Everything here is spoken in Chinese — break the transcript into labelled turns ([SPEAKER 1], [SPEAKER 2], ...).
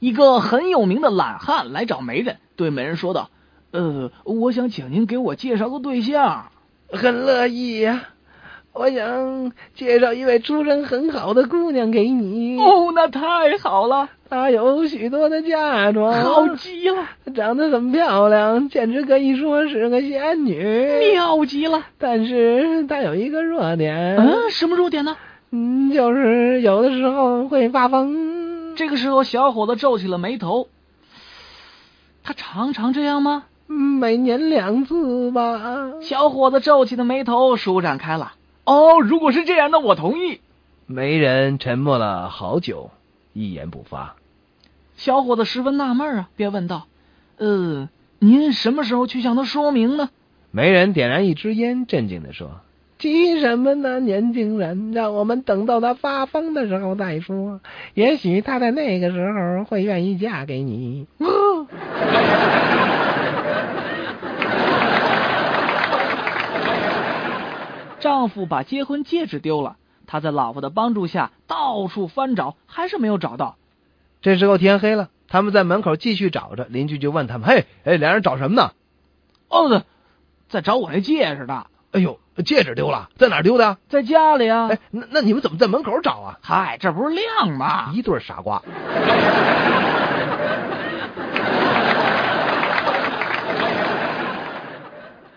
[SPEAKER 1] 一个很有名的懒汉来找媒人，对媒人说道：“呃，我想请您给我介绍个对象。
[SPEAKER 2] 很乐意呀、我想介绍一位出身很好的姑娘给”你，
[SPEAKER 1] 哦，那太好了，呃
[SPEAKER 2] 她有许多的嫁妆，
[SPEAKER 1] 好极了，
[SPEAKER 2] 长得很漂亮，简直可以说是个仙女。
[SPEAKER 1] 妙极了。
[SPEAKER 2] 但是她有一个弱点，
[SPEAKER 1] 嗯，什么弱点呢？
[SPEAKER 2] 嗯，就是有的时候会发疯。
[SPEAKER 1] 这个时候，小伙子皱起了眉头。他常常这样吗？
[SPEAKER 2] 嗯每年两次吧。
[SPEAKER 1] 小伙子皱起的眉头舒展开了。哦，如果是这样，那我同意。
[SPEAKER 3] 媒人沉默了好久，一言不发。
[SPEAKER 1] 小伙子十分纳闷啊，便问道：“呃，您什么时候去向他说明呢
[SPEAKER 3] 媒人点燃一支烟，镇静地说
[SPEAKER 2] 急什么呢，年轻人？让我们等到她发疯的时候再说。也许她在那个时候会愿意嫁给你。？”
[SPEAKER 1] 丈夫把结婚戒指丢了，他在老婆的帮助下到处翻找，还是没有找到。：“
[SPEAKER 3] 这时候天黑了，他们在门口继续找着。邻居就问他们：‘嘿，哎，两人找什么呢？’
[SPEAKER 1] 哦，在找我那戒指呢，
[SPEAKER 3] 哎呦，戒指丢了，在哪儿丢的？
[SPEAKER 1] 在家里
[SPEAKER 2] 哎
[SPEAKER 1] 啊。
[SPEAKER 3] 哎，那那你们怎么在门口找啊？
[SPEAKER 1] 嗨，这不是亮吗？
[SPEAKER 3] 一对傻瓜。